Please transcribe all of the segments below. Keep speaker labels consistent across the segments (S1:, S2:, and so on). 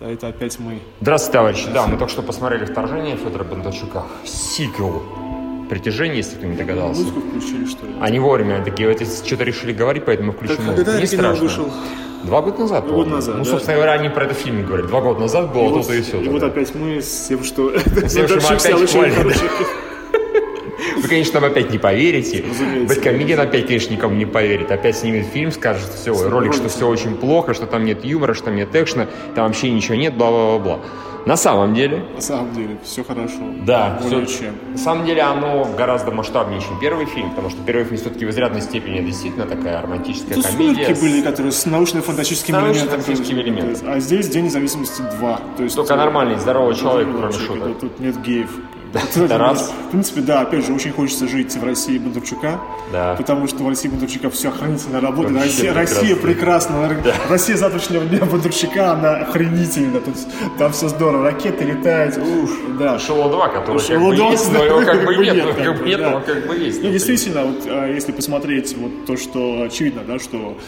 S1: Да, это опять мы.
S2: Здравствуйте, товарищи. Да, мы только что посмотрели «Вторжение» Федора Бондарчука. Сиквел. «Притяжение», если кто не догадался.
S1: Музыку включили, что ли?
S2: Они вовремя такие, вот эти что-то решили говорить, поэтому
S1: Так,
S2: включим музыку.
S1: когда
S2: Не
S1: оригинал
S2: страшно.
S1: вышел?
S2: Два года назад.
S1: Два года
S2: по-моему.
S1: назад,
S2: Ну,
S1: да.
S2: собственно говоря, они про этот фильм говорят. Два года назад было
S1: вот,
S2: то-то и все.
S1: и вот опять мы с тем, что
S2: тем, что мы
S1: Бондарчук
S2: Ну, опять
S1: стал очень
S2: хвалим, да.
S1: хороший.
S2: Вы, конечно, нам опять не поверите.
S1: Разумеется.
S2: Бэткомедиан опять, конечно, никому не поверит. Опять снимет фильм, скажет, что все, ролик, что все очень плохо, что там нет юмора, что там нет экшена, там вообще ничего нет, бла-бла-бла. На самом деле,
S1: На самом деле, все хорошо.
S2: Да,
S1: Более
S2: всё-
S1: чем.
S2: На самом деле оно гораздо масштабнее, чем первый фильм, потому что первый фильм все-таки в изрядной степени действительно такая романтическая
S1: Тут
S2: комедия.
S1: сумерки
S2: с-
S1: были, которые с научно-фантастическими
S2: С
S1: элементами.
S2: научно-фантастическими элементами.
S1: А здесь День независимости 2. То есть,
S2: Только нормальный, здоровый человек, кроме
S1: Бондарчук,
S2: шуток.
S1: да, Ну, Тут нет геев.
S2: Да,
S1: Вот это
S2: да,
S1: меня-
S2: раз.
S1: В принципе, да, опять же, очень хочется жить в России Бондарчука,
S2: Да.
S1: потому что в России Бондарчука все охранительно работает.
S2: Вообще
S1: Россия,
S2: прекрасно.
S1: Россия прекрасна. Она- Россия завтрашнего дня Бондарчука, она охренительна. Тут, там все здорово, ракеты летают. да.
S2: Шело 2, который как
S1: Шело
S2: бы
S1: 2,
S2: есть, но его как бы нет, он
S1: ну как
S2: как
S1: бы,
S2: бы нет,
S1: да.
S2: но он как бы есть.
S1: Ну, действительно, вот, а, если посмотреть вот то, что очевидно, да, что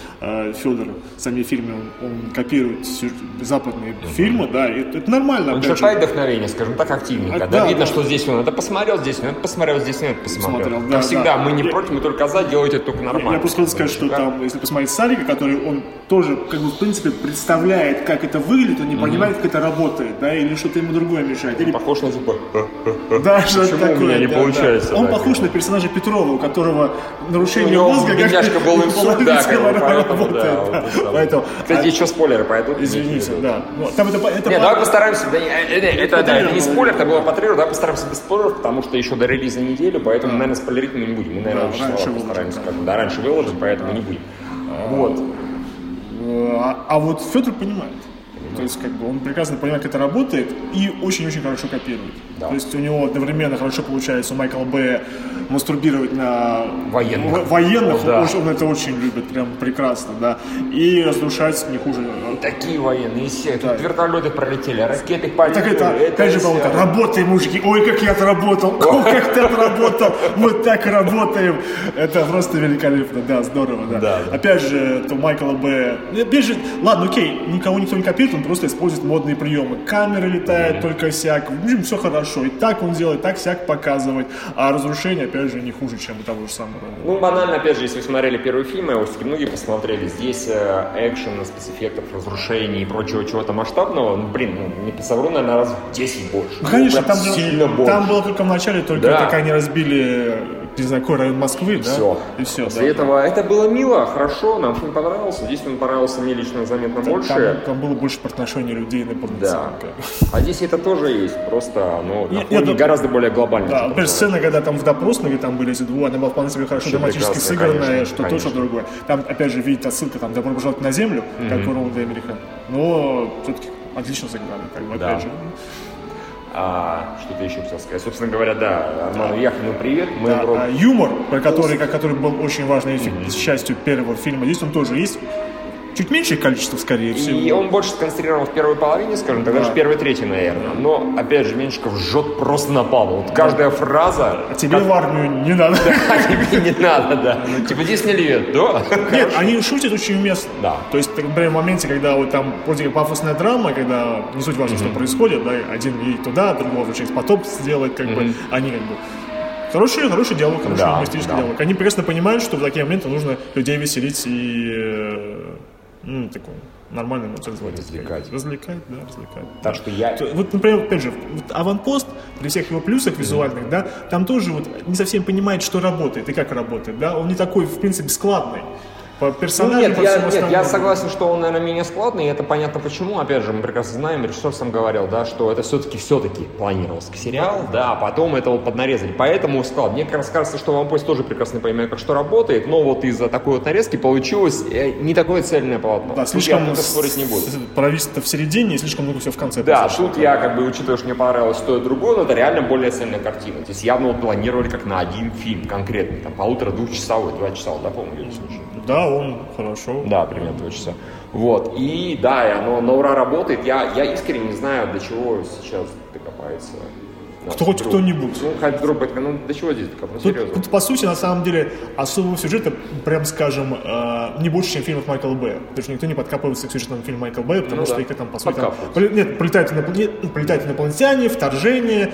S1: Федор в самом фильме он, он копирует сюж- западные фильмы, да, и это, это нормально.
S2: Он
S1: опять же.
S2: черпает вдохновение, скажем так, активненько.
S1: А,
S2: да,
S1: да,
S2: видно,
S1: да.
S2: что здесь он это посмотрел, здесь он это посмотрел, здесь он это посмотрел.
S1: Посмотрел,
S2: как
S1: да,
S2: всегда,
S1: да.
S2: мы не
S1: Я-
S2: против, мы только за, делайте это только нормально.
S1: Я просто хотел сказать, что
S2: Бондарчука.
S1: там, если посмотреть Сарика, который он тоже, как бы, в принципе, представляет, как это выглядит, он не понимает, как это работает, да, или что-то ему другое мешает. Или
S2: Похож на типа, «Э, зубы.
S1: да, что-то
S2: Ну, Почему у
S1: такое,
S2: меня не
S1: да,
S2: получается,
S1: да. Он
S2: да,
S1: похож
S2: как-то.
S1: на персонажа Петрова, у которого нарушение
S2: У него
S1: мозга, как
S2: бедняжка был инсульт, да, как бы,
S1: поэтому,
S2: поэтому, да,
S1: работает. да.
S2: вот это вот.
S1: Поэтому,
S2: Кстати, еще спойлеры пойдут.
S1: а, извините, да. Ну, там это, это
S2: Не,
S1: по-
S2: давай постараемся, да, э, э, э, это, да, это не
S1: Трейлер,
S2: спойлер, это было по трейлеру, давай постараемся без спойлеров, потому что еще до релиза неделю, поэтому, наверное, спойлерить мы не будем. Мы, наверное,
S1: Да,
S2: очень
S1: раньше
S2: слова
S1: выложим,
S2: постараемся,
S1: да.
S2: как бы, да, раньше выложим, поэтому не будем. Вот.
S1: А, а вот Федор понимает. То есть, как бы, он прекрасно понимает, как это работает, и очень-очень хорошо копирует.
S2: Да.
S1: То есть, у него одновременно хорошо получается у Майкла Б мастурбировать на
S2: Военных.
S1: во- военных.
S2: Да.
S1: Он, он это очень любит, прям прекрасно, да. И разрушать не хуже.
S2: Такие военные все,
S1: Да.
S2: тут вертолеты пролетели, ракеты полетели.
S1: Так это, опять же,
S2: всё.
S1: Болото, работай, мужики, ой, как я отработал, о, как ты отработал, вот так работаем. Это просто великолепно, да, здорово, да.
S2: Да.
S1: Опять же, то Майкла Б. Опять же, ладно, окей, никого никто не копирует, он просто использует модные приемы. Камеры летают, только всяк, в общем, все хорошо. И так он делает, так всяк показывает. А разрушение, опять же, не хуже, чем у того же самого.
S2: Ну, банально, опять же, если вы смотрели первый фильм, его все-таки многие посмотрели, здесь э, экшена, спецэффектов, разрушений и прочего чего-то масштабного, ну, блин, ну, не совру, наверное, раз в 10 больше.
S1: Ну, конечно,
S2: Прям
S1: там, же-
S2: сильно больше.
S1: там было только в начале, только
S2: Да.
S1: пока они разбили, не знаю, какой район Москвы, да?
S2: Все.
S1: И все,
S2: После этого это было мило, хорошо, нам фильм понравился. Здесь он понравился мне лично заметно больше.
S1: Там, там было больше отношений людей на полноценника.
S2: А здесь это тоже есть, просто оно на
S1: Нет,
S2: фоне
S1: нет,
S2: гораздо более глобально.
S1: Да, опять же, сцена, когда там в допросной там были эти двое, она была вполне себе хорошо
S2: Вообще
S1: драматически
S2: прекрасно,
S1: сыгранная,
S2: конечно,
S1: что то,
S2: конечно.
S1: что другое. Там, опять же, видите отсылка, там, добро пожаловать на землю, как у Роланда Эмериха. Но все-таки отлично сыграли, как бы,
S2: Да.
S1: опять же.
S2: А, что-то еще хотел сказать. Собственно говоря, да, Арману Яхину привет. Мы
S1: Да,
S2: его-
S1: а юмор, про который, как- который был очень важный эффект, к счастью, первого фильма, здесь он тоже есть. Чуть меньшее количество, скорее всего.
S2: И он больше сконцентрирован в первой половине, скажем так, даже
S1: Да.
S2: в первой трети, наверное. Но, опять же, Меньшиков жжет просто на палу. Вот каждая фраза... а
S1: А тебе в армию не надо.
S2: Тебе не надо,
S1: Ну,
S2: да. Типа, здесь не льет, да?
S1: Нет, они шутят очень уместно.
S2: Да.
S1: То есть, так, например, в моменте, когда вот там вроде как пафосная драма, когда не суть важно, что происходит, да, один едет туда, другого через потоп сделать, как бы, они как бы... Хороший, хороший диалог, хороший
S2: Да,
S1: юмористический
S2: да.
S1: диалог. Они прекрасно понимают, что в такие моменты нужно людей веселить и э, ну, такой нормальный эмоцию развивать.
S2: Развлекать.
S1: Развлекать, да, развлекать.
S2: Так что я...
S1: То- Вот, например, опять же, вот аванпост, при всех его плюсах визуальных, да, там тоже вот не совсем понимает, что работает и как работает, да, он не такой, в принципе, складный. По
S2: Ну,
S1: персонажам,
S2: нет,
S1: по
S2: я,
S1: всему
S2: нет, я
S1: остальному.
S2: согласен, что он, наверное, менее складный, и это понятно почему. Опять же, мы прекрасно знаем, режиссер сам говорил, да, что это все-таки все-таки планировался к сериал, да, а потом это вот поднарезали. Поэтому склад. Мне как раз кажется, что Вампост тоже прекрасно понимает, как что работает, но вот из-за такой вот нарезки получилось э, не такое цельное полотно.
S1: Да,
S2: Тут я
S1: слишком
S2: много спорить не буду.
S1: Провисит в середине и слишком много всего в конце.
S2: Да,
S1: произошло.
S2: тут я, как бы, учитывая, что мне понравилось то и другое, но это реально более цельная картина. Здесь явно вот планировали как на один фильм конкретный, там полутора-двухчасовой, два часа, вот, да, по-моему, или слушай.
S1: Да, он хорошо.
S2: Да, примерно два часа. Вот. И да, и оно на ура работает. Я, я искренне не знаю, до чего сейчас докопается
S1: Кто хоть кто-нибудь.
S2: Ну, хоть вдруг, это, ну, до чего здесь ну,
S1: Тут,
S2: серьезно.
S1: тут, по сути, на самом деле, особого сюжета, прям скажем, э, не больше, чем фильмов Майкла Бэя. Потому что никто не подкапывается к сюжетам фильма Майкла Бэя, потому
S2: Ну
S1: что
S2: да.
S1: их там, по сути, там,
S2: Подкапываются.
S1: поле- нет, прилетают, инопланет- ну, прилетают инопланетяне, вторжение,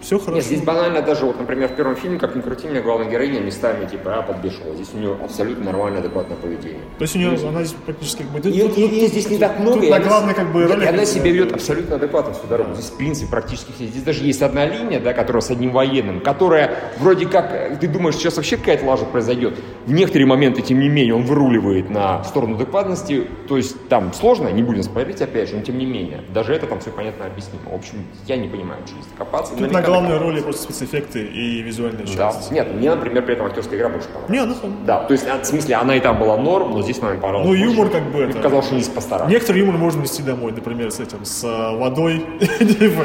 S1: все хорошо.
S2: Нет, здесь банально даже, вот, например, в первом фильме, как ни крути, меня главная героиня местами типа а, подбешивала. Здесь у нее абсолютно нормальное, адекватное поведение.
S1: То есть у нее она здесь практически как бы...
S2: И,
S1: тут-
S2: и-
S1: тут-
S2: и здесь не так много.
S1: тут
S2: и
S1: на
S2: она-
S1: главной, как бы,
S2: Нет,
S1: роли,
S2: и она
S1: как
S2: себя
S1: бы,
S2: ведет абсолютно адекватно всю дорогу. Здесь, в принципе, практически все. Здесь даже есть одна линия, да, которая с одним военным, которая вроде как, э, ты думаешь, сейчас вообще какая-то лажа произойдет. В некоторые моменты, тем не менее, он выруливает на сторону адекватности. То есть там сложно, не будем спорить, опять же, но тем не менее. Даже это там все понятно объяснимо. В общем, я не понимаю, что здесь копаться.
S1: Тут на главной роли просто спецэффекты и визуальная
S2: Да.
S1: часть.
S2: Нет, мне, например, при этом актерская игра больше понравилась.
S1: Не, ну, там-
S2: Да, то есть, а, в смысле, она и там была норм, но здесь она мне понравилась.
S1: Ну,
S2: больше.
S1: юмор как бы
S2: Мне
S1: это-
S2: казалось, что здесь постарались.
S1: Некоторый юмор можно нести домой, например, с этим, с э, водой. Типа,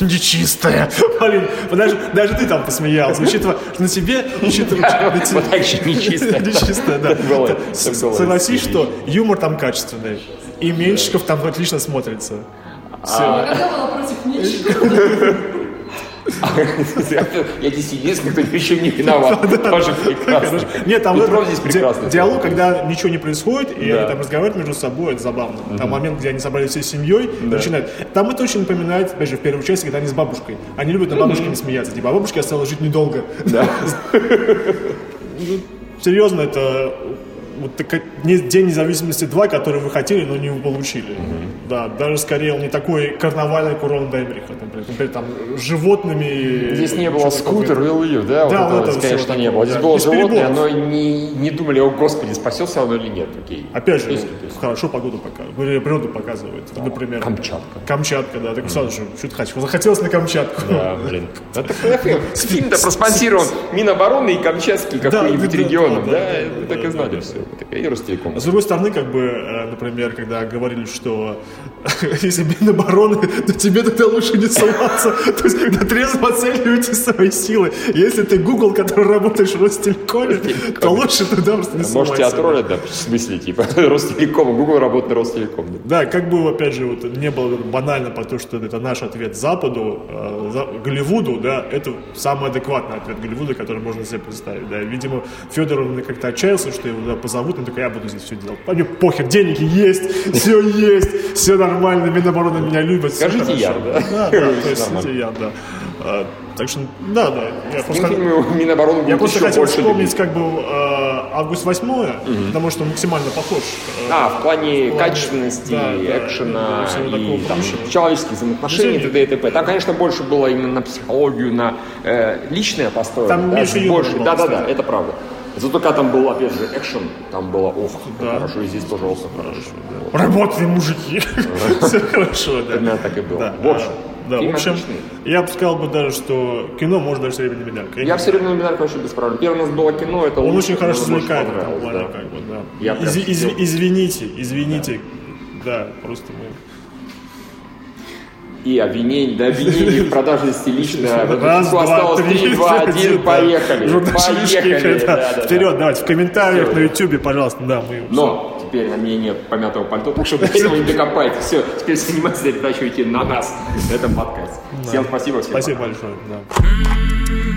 S1: Нечистая. Блин, даже, даже ты там посмеялся, учитывая, что на тебе, учитывая, на тебе-
S2: Вот так же нечистая.
S1: Нечистая, да.
S2: Так было,
S1: Ты
S2: так
S1: с-
S2: было.
S1: Согласись, что юмор там качественный. И Меньшиков там отлично смотрится.
S3: Я готова против нечего.
S2: Я здесь единственный, кто еще не виноват. Тоже прекрасно.
S1: Нет, там
S2: Петров
S1: это
S2: здесь
S1: ди-
S2: прекрасно.
S1: диалог, когда ничего не происходит, и
S2: Да.
S1: они там разговаривают между собой, это забавно. Там момент, где они собрались всей семьей, и начинают. Там это очень напоминает, опять же, в первой части, когда они с бабушкой. Они любят на бабушками смеяться, типа, а бабушке осталось жить недолго. Ну, Серьезно, это вот такая- не- День независимости 2, который вы хотели, но не получили. Да, даже скорее он не такой карнавальный Курон Даймриха, например, например, там с животными.
S2: Здесь не было
S1: что-то такое.
S2: скутер, Will You, да?
S1: Да,
S2: Вот
S1: вот
S2: этого,
S1: это всего
S2: конечно, не
S1: такого,
S2: было.
S1: да.
S2: Здесь было
S1: Без
S2: животное,
S1: переборов.
S2: но не не думали, о господи, спасется оно или нет. Окей.
S1: Опять же, ну,
S2: Есть, то есть. А,
S1: хорошо погоду пока, природу показывает, например.
S2: Камчатка.
S1: Камчатка, да, так сразу же, что-то хочу, захотелось на Камчатку.
S2: Да, блин. Это фильм-то проспонсирован Минобороны и Камчатский какой-нибудь
S1: да,
S2: регионом,
S1: да,
S2: да?
S1: да,
S2: Это
S1: да,
S2: Так и знали все. Так и Ростелеком.
S1: С другой стороны, как бы, э, например, когда говорили, что если Минобороны, то тебе тогда лучше не ссылаться, то есть да, трезво оценивайте свои силы. Если ты Google, который работаешь в Ростелекоме, то лучше туда просто не ссылайся.
S2: Можете отроллить, да, в смысле, типа, Ростелеком, Google работает на Ростелеком. да.
S1: Да, как бы, опять же, вот, не было банально, потому что это наш ответ Западу, э, за- Голливуду, да, это самый адекватный ответ Голливуда, который можно себе представить, да. Видимо, Федоров как-то отчаялся, что его да, позовут, он такой, я буду здесь все делать. А мне похер, деньги есть, все есть, все нормально, Минобороны меня любят. всё
S2: Скажите я,
S1: хорошо. Да, да,
S2: да.
S1: то есть скажите я, да. А, Так что, да, да, я
S2: Я
S1: просто...
S2: думаю, Минобороны
S1: Я
S2: будет
S1: просто
S2: еще
S1: хотел
S2: больше
S1: вспомнить,
S2: любить.
S1: как был э, август 8 потому что он максимально похож. э,
S2: А, в плане
S1: плане-
S2: качественности,
S1: да, да,
S2: экшена
S1: и всего
S2: и,
S1: такого ну,
S2: там,
S1: прочего.
S2: человеческих взаимоотношений,
S1: Движения.
S2: т.д. и т.п. Там, конечно, больше было именно на психологию, на э, личное построено.
S1: Там
S2: да,
S1: меньше юмора
S2: больше.
S1: было,
S2: Да-да-да,
S1: кстати.
S2: это правда. Зато когда там был, опять же, экшен, там было, ох, как
S1: Да.
S2: хорошо, и здесь тоже, ох, как хорошо. Вот.
S1: Работали мужики. Все хорошо, да.
S2: Примерно так и было.
S1: Да.
S2: В общем,
S1: Да, в
S2: фильм
S1: общем,
S2: отличный.
S1: я бы сказал бы даже, что кино можно даже время не
S2: Я все время номинарка вообще без проблем. Первое у нас было кино, это
S1: Он
S2: лучше,
S1: очень хорошо
S2: мне больше
S1: замыкает в этом
S2: понравилось,
S1: плане,
S2: да.
S1: как бы, да.
S2: Я
S1: Из-
S2: прям
S1: из-
S2: хотел.
S1: Извините, извините. Да, просто мы...
S2: И обвинение, да обвинение в продажности лично.
S1: Раз,
S2: Число
S1: два,
S2: осталось
S1: три,
S2: 3, 2, 1,
S1: да.
S2: поехали.
S1: Журнальщики,
S2: Поехали.
S1: да.
S2: да, да, да.
S1: Вперед, давайте, в комментариях
S2: Всё. Ну,
S1: на ютубе, пожалуйста, да, мы...
S2: Но теперь на мне нет помятого пальто, так что до этого не докопайте. Все, теперь снимайте передачу идти на нас в этом подкасте. Всем спасибо. всем
S1: Спасибо
S2: пока.
S1: большое, да.